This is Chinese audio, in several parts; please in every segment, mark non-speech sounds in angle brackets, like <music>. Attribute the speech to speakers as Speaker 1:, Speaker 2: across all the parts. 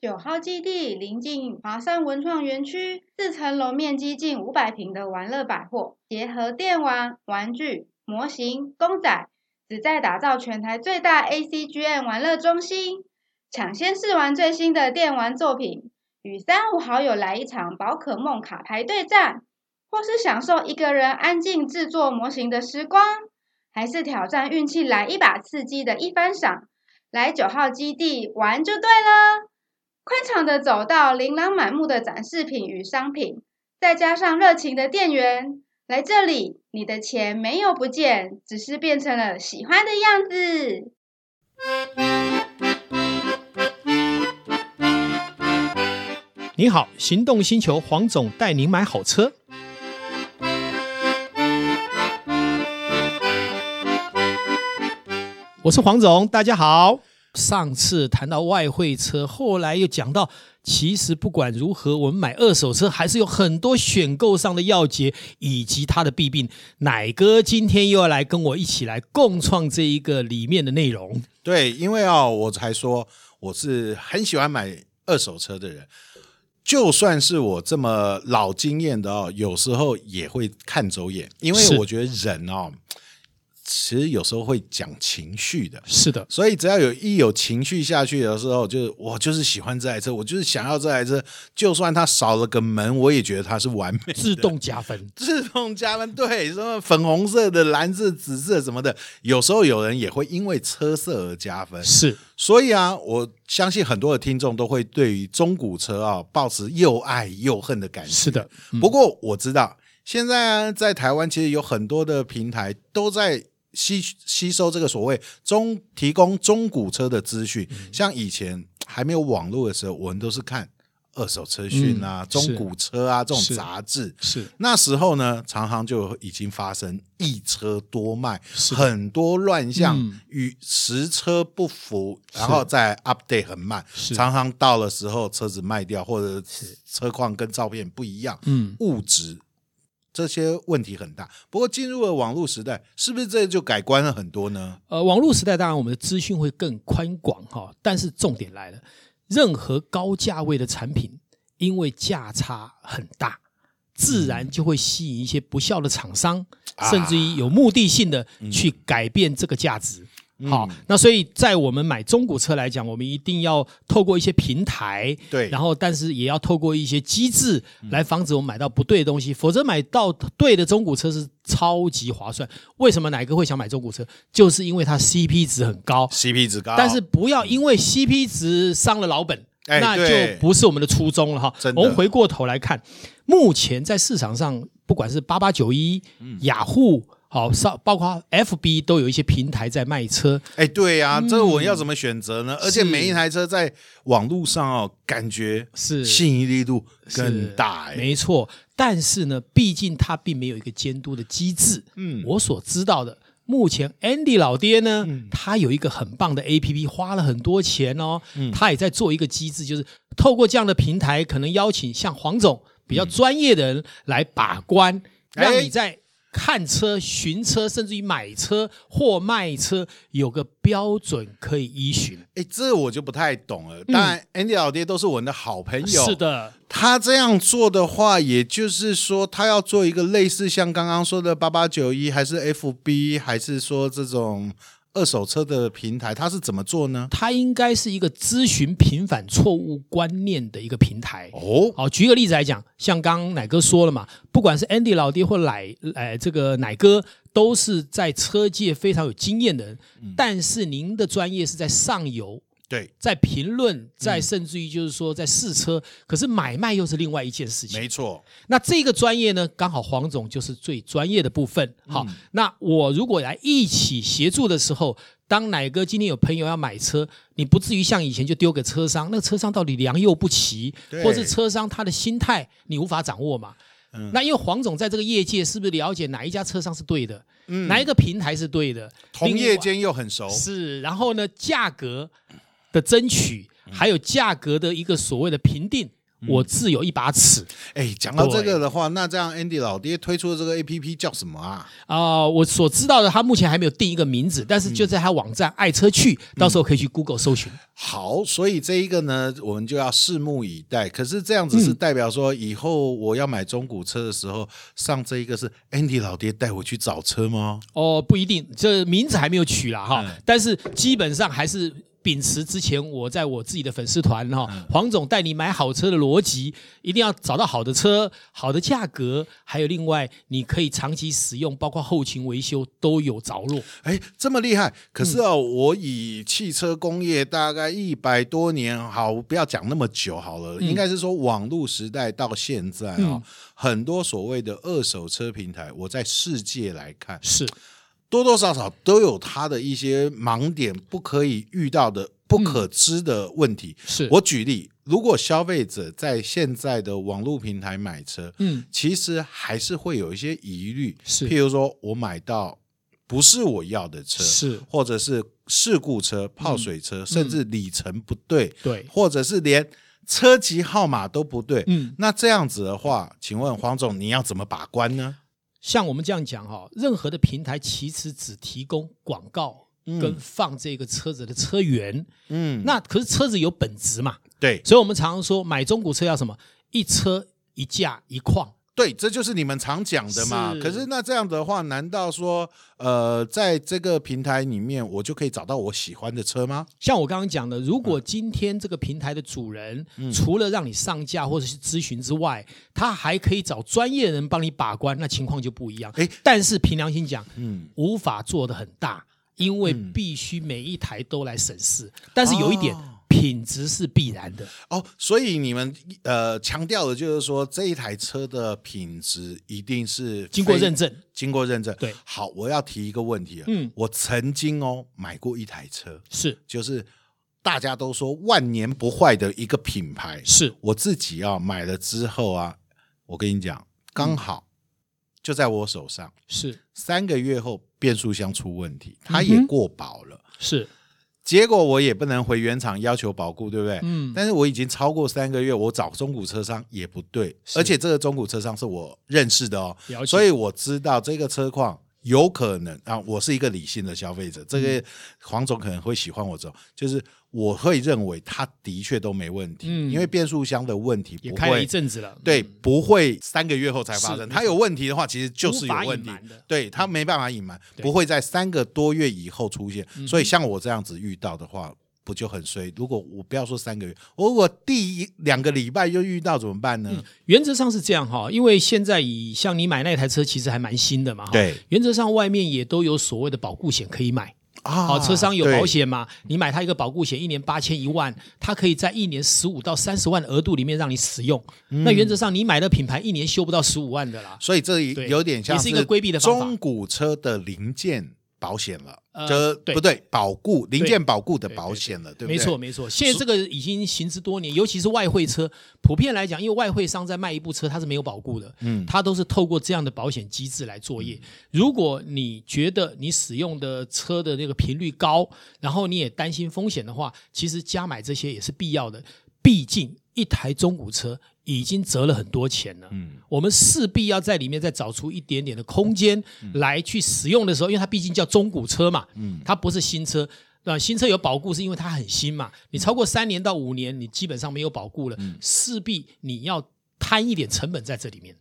Speaker 1: 九号基地临近华山文创园区，四层楼面积近五百平的玩乐百货，结合电玩、玩具、模型、公仔，旨在打造全台最大 ACGN 玩乐中心。抢先试玩最新的电玩作品，与三五好友来一场宝可梦卡牌对战，或是享受一个人安静制作模型的时光，还是挑战运气来一把刺激的一番赏。来九号基地玩就对了。宽敞的走道，琳琅满目的展示品与商品，再加上热情的店员，来这里，你的钱没有不见，只是变成了喜欢的样子。
Speaker 2: 你好，行动星球黄总带您买好车。我是黄总，大家好。上次谈到外汇车，后来又讲到，其实不管如何，我们买二手车还是有很多选购上的要诀以及它的弊病。奶哥今天又要来跟我一起来共创这一个里面的内容。
Speaker 3: 对，因为啊、我才说我是很喜欢买二手车的人，就算是我这么老经验的哦，有时候也会看走眼，因
Speaker 2: 是
Speaker 3: 为我觉得人哦，其实有时候会讲情绪的。
Speaker 2: 是的，
Speaker 3: 所以只要有一有情绪下去的时候，就是我就是喜欢这台车，我就是想要这台车，就算它少了个门，我也觉得它是完美的。
Speaker 2: 自动加分。
Speaker 3: 自动加分，对，什么粉红色的、蓝色、紫色什么的，有时候有人也会因为车色而加分。
Speaker 2: 是
Speaker 3: 所以啊，我相信很多的听众都会对于中古车啊，抱持又爱又恨的感觉。
Speaker 2: 是的，嗯
Speaker 3: 不过我知道，现在啊，在台湾其实有很多的平台都在吸吸收这个所谓中提供中古车的资讯。
Speaker 2: 嗯
Speaker 3: 像以前还没有网络的时候，我们都是看二手车讯啊、
Speaker 2: 嗯是
Speaker 3: 中古车啊这种
Speaker 2: 是
Speaker 3: 杂志。
Speaker 2: 是
Speaker 3: 那时候呢，常常就已经发生一车多卖，
Speaker 2: 是的
Speaker 3: 很多乱象
Speaker 2: 嗯
Speaker 3: 与实车不符，然后再 update 很慢，
Speaker 2: 是
Speaker 3: 常常到了时候车子卖掉或者车况跟照片不一样，
Speaker 2: 嗯，
Speaker 3: 物质这些问题很大。不过进入了网络时代，是不是这就改观了很多呢？
Speaker 2: 呃，网络时代当然我们的资讯会更宽广哈，但是重点来了，任何高价位的产品，因为价差很大，自然就会吸引一些不孝的厂商，
Speaker 3: 啊
Speaker 2: 甚至于有目的性的去改变这个价值。好，那所以在我们买中古车来讲，我们一定要透过一些平台，
Speaker 3: 对
Speaker 2: 然后但是也要透过一些机制来防止我们买到不对的东
Speaker 3: 嗯
Speaker 2: 西，否则买到对的中古车是超级划算。为什么哪个会想买中古车？就是因为它 CP 值很高，
Speaker 3: ，CP 值高，
Speaker 2: 但是不要因为 CP 值伤了老本，
Speaker 3: 哎
Speaker 2: 那
Speaker 3: 对
Speaker 2: 就不是我们的初衷了哈。
Speaker 3: 真的
Speaker 2: 我们回过头来看，目前在市场上，不管是八八九一、
Speaker 3: 嗯
Speaker 2: 雅虎。好，上包括 FB 都有一些平台在卖车，
Speaker 3: 哎，对呀、啊，
Speaker 2: 嗯
Speaker 3: 这我要怎么选择呢？而且
Speaker 2: 是
Speaker 3: 每一台车在网络上哦，感觉
Speaker 2: 是
Speaker 3: 吸引力度
Speaker 2: 是
Speaker 3: 更大、哎，
Speaker 2: 没错。但是呢，毕竟它并没有一个监督的机制。嗯，我所知道的，目前 Andy 老爹呢，
Speaker 3: 嗯
Speaker 2: 他有一个很棒的 APP，花了很多钱哦，
Speaker 3: 嗯
Speaker 2: 他也在做一个机制，就是透过这样的平台，可能邀请像黄总比较专业的人来把关，
Speaker 3: 哎
Speaker 2: 让你在。看车、寻车，甚至于买车或卖车，有个标准可以依循。
Speaker 3: 哎，这我就不太懂了。当然，Andy 老爹都是我们的好朋友。
Speaker 2: 嗯是，的，
Speaker 3: 他这样做的话，也就是说，他要做一个类似像刚刚说的八八九一，还是 FB，还是说这种二手车的平台，他是怎么做呢？
Speaker 2: 它应该是一个咨询平反错误观念的一个平台。
Speaker 3: 哦，
Speaker 2: 好，举个例子来讲，像刚刚奶哥说了嘛，不管是 Andy 老爹或奶，呃，这个奶哥，都是在车界非常有经验的人。但是您的专业是在上游，
Speaker 3: 对，
Speaker 2: 在评论，在甚至于就是说在试车，可是买卖又是另外一件事情。
Speaker 3: 没错，
Speaker 2: 那这个专业呢，刚好黄总就是最专业的部分。好，那我如果来一起协助的时候，当奶哥今天有朋友要买车，你不至于像以前就丢给车商，那个车商到底良莠不齐，
Speaker 3: 对
Speaker 2: 或是车商他的心态你无法掌握嘛？
Speaker 3: 嗯
Speaker 2: 那因为黄总在这个业界是不是了解哪一家车商是对的，哪一个平台是对的，
Speaker 3: 嗯同
Speaker 2: 另外
Speaker 3: 业间又很熟，
Speaker 2: 是，然
Speaker 3: 嗯
Speaker 2: 后呢，价格的争取，还有价格的一个所谓的评定，我自有一把尺
Speaker 3: 哎，讲到这个的话，那这样 Andy 老爹推出的这个 A P P 叫什么啊？
Speaker 2: 啊、我所知道的，他目前还没有定一个名字，但是
Speaker 3: 嗯
Speaker 2: 就在他网站爱车趣，到时候可以去 Google 搜寻。
Speaker 3: 好，所以这一个呢，我们就要拭目以待。可是这样子是代表说，以后我要买中古车的时候，上这一个是 Andy 老爹带我去找车吗？
Speaker 2: 哦，不一定，这名字还没有取啦哈，但是基本上还是。秉持之前我在我自己的粉丝团哈，黄总带你买好车的逻辑，一定要找到好的车、好的价格，还有另外你可以长期使用，包括后勤维修都有着落。
Speaker 3: 哎，这么厉害！可是哦，我以汽车工业大概一百多年，好，不要讲那么久好了，应该是说网络时代到现在啊、
Speaker 2: 嗯
Speaker 3: 很多所谓的二手车平台，我在世界来看，
Speaker 2: 是，
Speaker 3: 多多少少都有它的一些盲点，不可以遇到的、不可知的问题。
Speaker 2: 是
Speaker 3: 我举例，如果消费者在现在的网络平台买车，
Speaker 2: 嗯，
Speaker 3: 其实还是会有一些疑虑，
Speaker 2: 是
Speaker 3: 譬如说我买到不是我要的车，
Speaker 2: 是嗯
Speaker 3: 或者是事故车、泡水车，甚至里程不对，
Speaker 2: 对
Speaker 3: 或者是连车籍号码都不对，
Speaker 2: 嗯
Speaker 3: 那这样子的话，请问黄总，你要怎么把关呢？
Speaker 2: 像我们这样讲哈，任何的平台其实只提供广告跟放这个车子的车源，
Speaker 3: 嗯，
Speaker 2: 那可是车子有本质嘛，
Speaker 3: 对
Speaker 2: 所以我们常常说买中古车要什么，一车一价一况。
Speaker 3: 对，这就是你们常讲的嘛。
Speaker 2: 是
Speaker 3: 可是那这样的话，难道说呃，在这个平台里面，我就可以找到我喜欢的车吗？
Speaker 2: 像我刚刚讲的，如
Speaker 3: 嗯
Speaker 2: 果今天这个平台的主人、除了让你上架或者是咨询之外，他还可以找专业人帮你把关，那情况就不一样。
Speaker 3: 诶
Speaker 2: 但是凭良心讲，
Speaker 3: 嗯，
Speaker 2: 无法做得很大，因为必须每一台都来审视。但是有一点，
Speaker 3: 哦
Speaker 2: 品质是必然的。
Speaker 3: 哦，所以你们呃强调的就是说，这一台车的品质一定是
Speaker 2: 经过
Speaker 3: 非
Speaker 2: 认证，
Speaker 3: 经过认证。
Speaker 2: 对
Speaker 3: 好，我要提一个问题啊，
Speaker 2: 嗯
Speaker 3: 我曾经哦买过一台车，
Speaker 2: 是
Speaker 3: 就是大家都说万年不坏的一个品牌，
Speaker 2: 是，
Speaker 3: 我自己啊买了之后啊，我跟你讲，刚好就在我手上。
Speaker 2: 是
Speaker 3: 三个月后变速箱出问题，它也过保了。
Speaker 2: 是，
Speaker 3: 结果我也不能回原厂要求保固，对不对？
Speaker 2: 嗯，
Speaker 3: 但是我已经超过三个月，我找中古车商也不对，而且这个中古车商是我认识的哦
Speaker 2: 了，解
Speaker 3: 所以我知道这个车况有可能啊，我是一个理性的消费者，这
Speaker 2: 嗯
Speaker 3: 个黄总可能会喜欢我这种，就是我会认为它的确都没问题，
Speaker 2: 嗯
Speaker 3: 因为变速箱的问题
Speaker 2: 也
Speaker 3: 不
Speaker 2: 开了
Speaker 3: 会
Speaker 2: 一阵子了。嗯
Speaker 3: 对，不会三个月后才
Speaker 2: 是
Speaker 3: 发生。
Speaker 2: 没
Speaker 3: 它有问题的话，其实就是有问
Speaker 2: 无法
Speaker 3: 题
Speaker 2: 隐瞒的，
Speaker 3: 对，它没办法隐瞒，
Speaker 2: 对嗯
Speaker 3: 不会在三个多月以后出现。所以像我这样子遇到的话，不就很衰？如果我不要说三个月，我如果第一两个礼拜就遇到怎么办呢？
Speaker 2: 原则上是这样哈，因为现在以像你买那台车其实还蛮新的嘛，哈
Speaker 3: 对
Speaker 2: 原则上外面也都有所谓的保固险可以买。
Speaker 3: 啊
Speaker 2: 好，车商有保，
Speaker 3: 对
Speaker 2: 险嘛？你买它一个保固险，一年八千一万，它可以在一年十五到三十万的额度里面让你使用。那原则上，你买的品牌一年修不到十五万的啦。
Speaker 3: 嗯所以这里
Speaker 2: 对
Speaker 3: 有点像
Speaker 2: 也是一个规避的方法
Speaker 3: 中古车的零件保险了，
Speaker 2: 呃
Speaker 3: 这
Speaker 2: 对
Speaker 3: 不对，保固零
Speaker 2: 对
Speaker 3: 件保固的保险了，对不对？
Speaker 2: 没错，，没错。现在这个已经行之多年，尤其是外汇车，普遍来讲，因为外汇商在卖一部车，它是没有保固的，嗯，它都是透过这样的保险机制来作业。如果你觉得你使用的车的那个频率高，然后你也担心风险的话，其实加买这些也是必要的。毕竟一台中古车已经折了很多钱了，
Speaker 3: 嗯，
Speaker 2: 我们势必要在里面再找出一点点的空间来去使用的时候，因为它毕竟叫中古车嘛，嗯，它不是新车。那新车有保固是因为它很新嘛，你超过三年到五年，你基本上没有保固了，势必你要摊一点成本在这里面。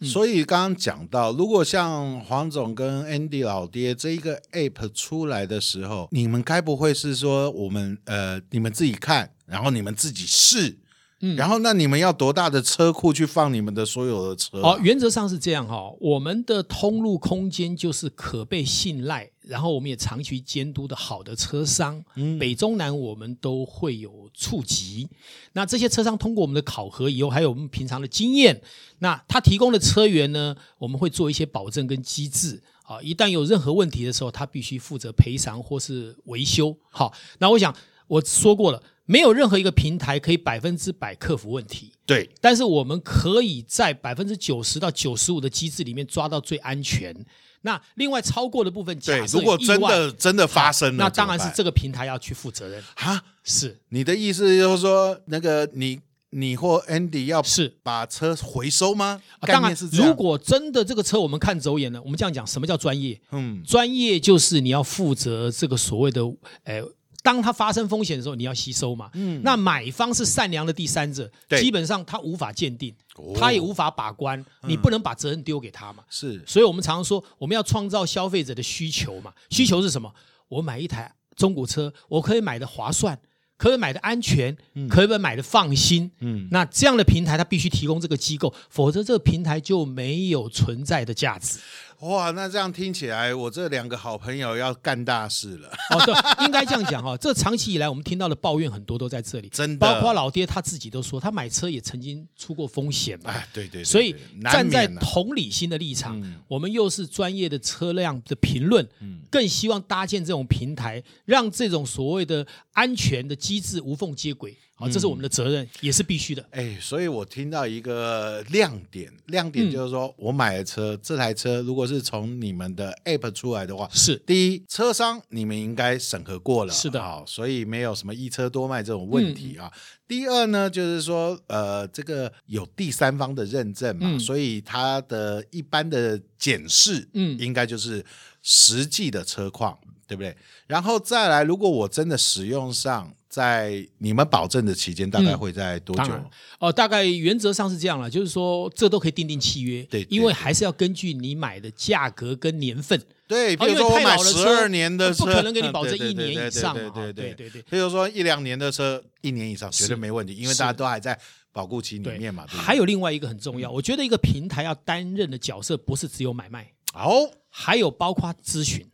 Speaker 3: 所以刚刚讲到，如果像黄总跟 Andy 老爹这一个 App 出来的时候，你们该不会是说我们呃你们自己看，然后你们自己试，
Speaker 2: 嗯
Speaker 3: 然后那你们要多大的车库去放你们的所有的车啊？
Speaker 2: 哦，原则上是这样哈、我们的通路空间就是可被信赖，然后我们也长期监督的好的车商，北中南我们都会有触及。那这些车商通过我们的考核以后，还有我们平常的经验，那他提供的车源呢，我们会做一些保证跟机制。啊，一旦有任何问题的时候，他必须负责赔偿或是维修。好，那我想我说过了，没有任何一个平台可以百分之百克服问题。
Speaker 3: 对，
Speaker 2: 但是我们可以在百分之九十到九十五的机制里面抓到最安全。那另外超过的部分，
Speaker 3: 对
Speaker 2: 假，设
Speaker 3: 如果
Speaker 2: 有意
Speaker 3: 真
Speaker 2: 外
Speaker 3: 的真的发生了，
Speaker 2: 那当然是
Speaker 3: 这
Speaker 2: 这个平台要去负责任。
Speaker 3: 啊。
Speaker 2: 是
Speaker 3: 你的意思就是说，那个你你或 Andy 要
Speaker 2: 是
Speaker 3: 把车回收吗？
Speaker 2: 啊
Speaker 3: 概
Speaker 2: 当
Speaker 3: 念
Speaker 2: 然
Speaker 3: 是，这样
Speaker 2: 如果真的这个车我们看走眼了，我们这样讲，什么叫专业？
Speaker 3: 嗯
Speaker 2: 专业就是你要负责这个所谓的，呃，当它发生风险的时候，你要吸收嘛。
Speaker 3: 嗯
Speaker 2: 那买方是善良的第三者，
Speaker 3: 对
Speaker 2: 基本上他无法鉴定
Speaker 3: 哦，
Speaker 2: 他也无法把关，
Speaker 3: 嗯
Speaker 2: 你不能把责任丢给他嘛。
Speaker 3: 是
Speaker 2: 所以我们常说，我们要创造消费者的需求嘛。需求是什么？我买一台中古车，我可以买的划算，可以买的安全，可以买的放心。
Speaker 3: 嗯
Speaker 2: 那这样的平台，它必须提供这个机构，否则这个平台就没有存在的价值。
Speaker 3: 哇，那这样听起来，我这两个好朋友要干大事了。
Speaker 2: 哦，对，应 <laughs> 该这样讲哈、哦。这长期以来我们听到的抱怨很多都在这里，
Speaker 3: 真的
Speaker 2: 包括老爹他自己都说，他买车也曾经出过风险嘛。
Speaker 3: <laughs> 哎，对对对，
Speaker 2: 所以
Speaker 3: 对
Speaker 2: 站在
Speaker 3: 难免啊
Speaker 2: 同理心的立场，
Speaker 3: 嗯
Speaker 2: 我们又是专业的车辆的评论，更希望搭建这种平台，让这种所谓的安全的机制无缝接轨。好、
Speaker 3: 嗯
Speaker 2: 这是我们的责任，也是必须的。
Speaker 3: 哎，所以我听到一个亮点，亮
Speaker 2: 嗯
Speaker 3: 点就是说、我买了车，这台车如果是从你们的 App 出来的话，
Speaker 2: 是
Speaker 3: 第一，车商你们应该审核过了，
Speaker 2: 是的
Speaker 3: 好、所以没有什么一车多卖这种问题啊。第二呢，就是说，呃，这个有第三方的认证嘛，
Speaker 2: 嗯
Speaker 3: 所以它的一般的检视，
Speaker 2: 嗯
Speaker 3: 应该就是实际的车况，对不对？然后再来，如果我真的使用上，在你们保证的期间，大概
Speaker 2: 嗯
Speaker 3: 会在多
Speaker 2: 当
Speaker 3: 久？
Speaker 2: 然哦、大概原则上是这样了，就是说这都可以订定契约，
Speaker 3: 对对
Speaker 2: 因为还是要根据你买的价格跟年份。
Speaker 3: 对，
Speaker 2: 哦
Speaker 3: 比如说
Speaker 2: 因
Speaker 3: 我
Speaker 2: 为太
Speaker 3: 买
Speaker 2: 老的
Speaker 3: 十
Speaker 2: 车
Speaker 3: 二年的车，
Speaker 2: 不可能给你保证
Speaker 3: 嗯对
Speaker 2: 一
Speaker 3: 对
Speaker 2: 年以
Speaker 3: 对
Speaker 2: 上
Speaker 3: 对
Speaker 2: 嘛
Speaker 3: 对
Speaker 2: 哦
Speaker 3: 对
Speaker 2: 对对对
Speaker 3: 比如说一两年的车，一年以上绝对没问题，因为
Speaker 2: 是
Speaker 3: 大家都还在保固期
Speaker 2: 对
Speaker 3: 里面嘛。对不对
Speaker 2: 还有另外一个很重要，我觉得一个平台要担任的角色不是只有买卖，
Speaker 3: 好，
Speaker 2: 还有包括咨询。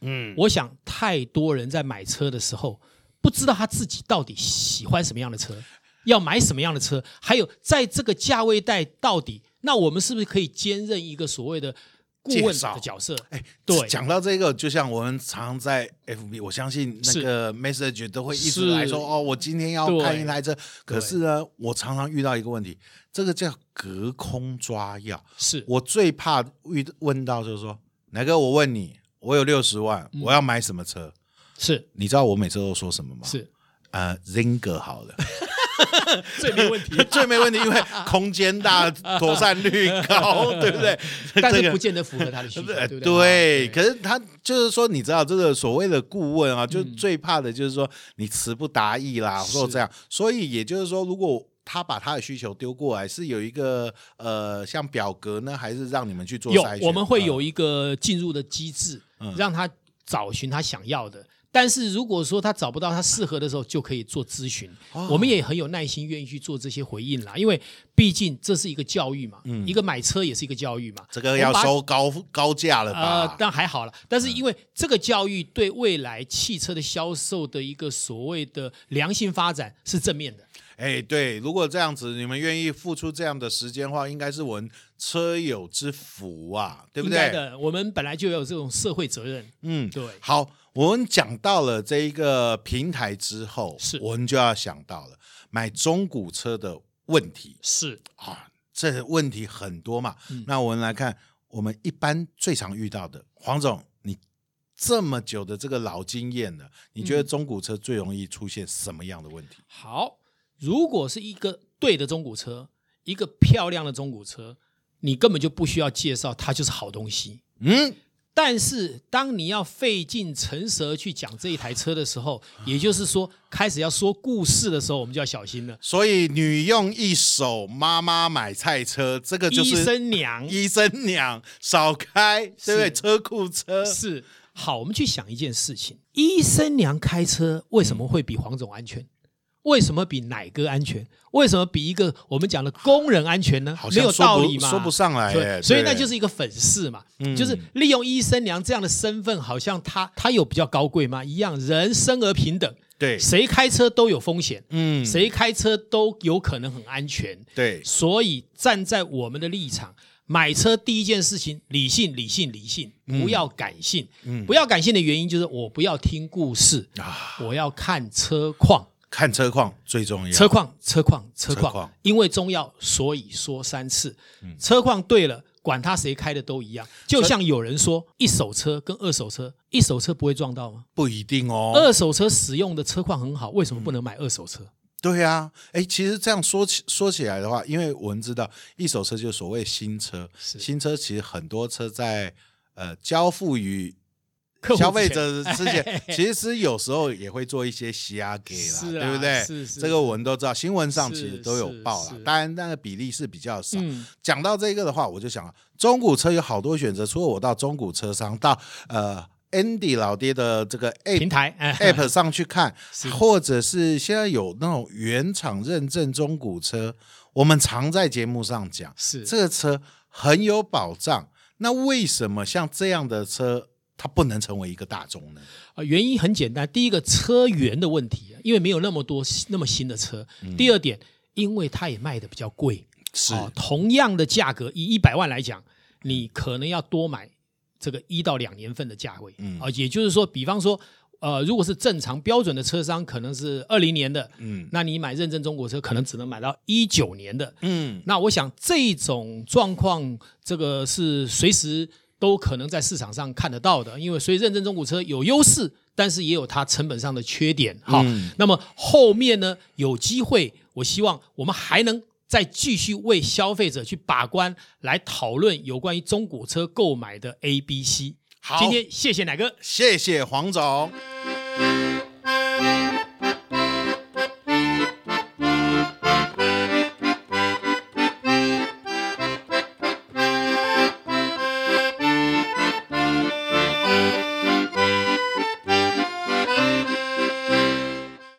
Speaker 3: 嗯，
Speaker 2: 我想太多人在买车的时候，不知道他自己到底喜欢什么样的车，要买什么样的车，还有在这个价位带到底，那我们是不是可以兼任一个所谓的顾问
Speaker 3: 介绍
Speaker 2: 的角色？
Speaker 3: 哎，
Speaker 2: 对
Speaker 3: 讲到这个，就像我们常在 FB，我相信那
Speaker 2: 是
Speaker 3: 个 message 都会一直
Speaker 2: 是
Speaker 3: 来说，哦，我今天要
Speaker 2: 对
Speaker 3: 看一台车。可是呢，我常常遇到一个问题，这个叫隔空抓药。
Speaker 2: 是
Speaker 3: 我最怕遇问到就是说，哪个我问你，我有六十万，
Speaker 2: 嗯
Speaker 3: 我要买什么车？
Speaker 2: 是
Speaker 3: 你知道我每次都说什么吗？
Speaker 2: 是，
Speaker 3: 呃，Zinger 好了，
Speaker 2: 这没
Speaker 3: <laughs>
Speaker 2: 问题。
Speaker 3: 最没问题，因为空间大、妥善率高，对不对？
Speaker 2: 但
Speaker 3: 这
Speaker 2: 是
Speaker 3: 个
Speaker 2: 不见得符合他的
Speaker 3: <laughs>
Speaker 2: 需求，对哦啊
Speaker 3: 呃
Speaker 2: 不对？
Speaker 3: 对，可是他就是说，你知道这个所谓的顾问啊，
Speaker 2: 嗯
Speaker 3: 就最怕的就是说你词不达意啦，或者这样。所以也就是说，如果他把他的需求丢过来，是有一个呃，像表格呢，还是让你们去做
Speaker 2: 有
Speaker 3: 筛选？啊嗯
Speaker 2: 我们会有一个进入的机制，让他找寻他想要的。但是如果说他找不到他适合的时候，就可以做咨询。
Speaker 3: 哦
Speaker 2: 我们也很有耐心，愿意去做这些回应啦，因为毕竟这是一个教育嘛，
Speaker 3: 嗯
Speaker 2: 一个买车也是一个教育嘛。
Speaker 3: 这个要
Speaker 2: 我们把
Speaker 3: 收高高价了
Speaker 2: 呃
Speaker 3: 吧，？嗯
Speaker 2: 但还好了。但是因为这个教育对未来汽车的销售的一个所谓的良性发展是正面的。
Speaker 3: 哎，对，如果这样子，你们愿意付出这样的时间的话，应该是我们车友之福啊，对不
Speaker 2: 应该
Speaker 3: 对？
Speaker 2: 的，我们本来就有这种社会责任。
Speaker 3: 嗯，
Speaker 2: 对，
Speaker 3: 好，我们讲到了这一个平台之后，
Speaker 2: 是
Speaker 3: 我们就要想到了买中古车的问题
Speaker 2: 是
Speaker 3: 啊，这问题很多嘛。
Speaker 2: 嗯
Speaker 3: 那我们来看，我们一般最常遇到的，黄总，你这么久的这个老经验
Speaker 2: 嗯
Speaker 3: 了，你觉得中古车最容易出现什么样的问题？
Speaker 2: 好，如果是一个对的中古车，一个漂亮的中古车，你根本就不需要介绍，它就是好东西。
Speaker 3: 嗯，
Speaker 2: 但是当你要费尽唇舌去讲这一台车的时候，也就是说开始要说故事的时候，我们就要小心了。
Speaker 3: 所以女用一手，妈妈买菜车，这个就
Speaker 2: 医
Speaker 3: 是
Speaker 2: 生娘
Speaker 3: 医生娘少开，对不对？
Speaker 2: 是
Speaker 3: 车库车
Speaker 2: 是好，我们去想一件事情：医生娘开车为什么会比黄总安全？为什么比奶哥安全？为什么比一个我们讲的工人安全呢
Speaker 3: 好？
Speaker 2: 没
Speaker 3: 像
Speaker 2: 有
Speaker 3: 说
Speaker 2: 道
Speaker 3: 不
Speaker 2: 理嘛，
Speaker 3: 说不上来
Speaker 2: 所
Speaker 3: 耶
Speaker 2: 以所以
Speaker 3: 对
Speaker 2: 那就是一个粉饰嘛，
Speaker 3: 嗯
Speaker 2: 就是利用医生娘这样的身份，好像他他有比较高贵吗？一样，人生而平等，
Speaker 3: 对，
Speaker 2: 谁开车都有风险，
Speaker 3: 嗯，
Speaker 2: 谁开车都有可能很安全。
Speaker 3: 对，
Speaker 2: 所以站在我们的立场，买车第一件事情，理性、理性、理性，
Speaker 3: 嗯
Speaker 2: 不要感性。不要感性的原因就是我不要听故事，
Speaker 3: 啊，
Speaker 2: 我要看车况。
Speaker 3: 看车况最重要。
Speaker 2: 车况，车况，车
Speaker 3: 车
Speaker 2: 况
Speaker 3: 况，嗯
Speaker 2: 因为重要，所以说三次。车况对了，管他谁开的都一样。就像有人说，一手车跟二手车，一手车不会撞到吗？
Speaker 3: 不一定哦，
Speaker 2: 呃二手车使用的车况很好，为什么不能买二手车？
Speaker 3: 对啊，哎，其实这样说起说起来的话，因为我们知道一手车就是所谓新车，
Speaker 2: 是
Speaker 3: 新车其实很多车在呃交付于
Speaker 2: 客户
Speaker 3: 消费
Speaker 2: 之前哎
Speaker 3: 者之
Speaker 2: <laughs>
Speaker 3: 前，其实有时候也会做一些瞎给啦，
Speaker 2: 是啊
Speaker 3: 对不对？
Speaker 2: 是是
Speaker 3: 这个我们都知道，新闻上
Speaker 2: 是
Speaker 3: 其实都有报
Speaker 2: 是
Speaker 3: 了
Speaker 2: 是，
Speaker 3: 当然那个比例是比较少。
Speaker 2: 嗯
Speaker 3: 讲到这个的话，我就想了，中古车有好多选择，除了我到中古车商，到呃 Andy 老爹的这个 app
Speaker 2: 平台哎 <laughs>
Speaker 3: App 上去看
Speaker 2: 是，
Speaker 3: 或者是现在有那种原厂认证中古车，我们常在节目上讲，
Speaker 2: 是
Speaker 3: 这个车很有保障。那为什么像这样的车，它不能成为一个大众呢？
Speaker 2: 呃，原因很简单，第一个车源的问题，因为没有那么多那么新的车。第二点，因为它也卖的比较贵，
Speaker 3: 嗯是
Speaker 2: 哦同样的价格，以一百万来讲，你可能要多买这个一到两年份的价位。
Speaker 3: 嗯
Speaker 2: 啊、也就是说，比方说，呃，如果是正常标准的车商，可能是二零年的，
Speaker 3: 嗯
Speaker 2: 那你买认证中国车，可能只能买到一九年的。
Speaker 3: 嗯，
Speaker 2: 那我想这种状况，这个是随时都可能在市场上看得到的，因为所以认证中古车有优势，但是也有它成本上的缺点。好，
Speaker 3: 嗯
Speaker 2: 那么后面呢，有机会，我希望我们还能。再继续为消费者去把关，来讨论有关于中古车购买的 A、B、C。
Speaker 3: 好
Speaker 2: 今天谢谢奶哥。
Speaker 3: 谢谢黄总。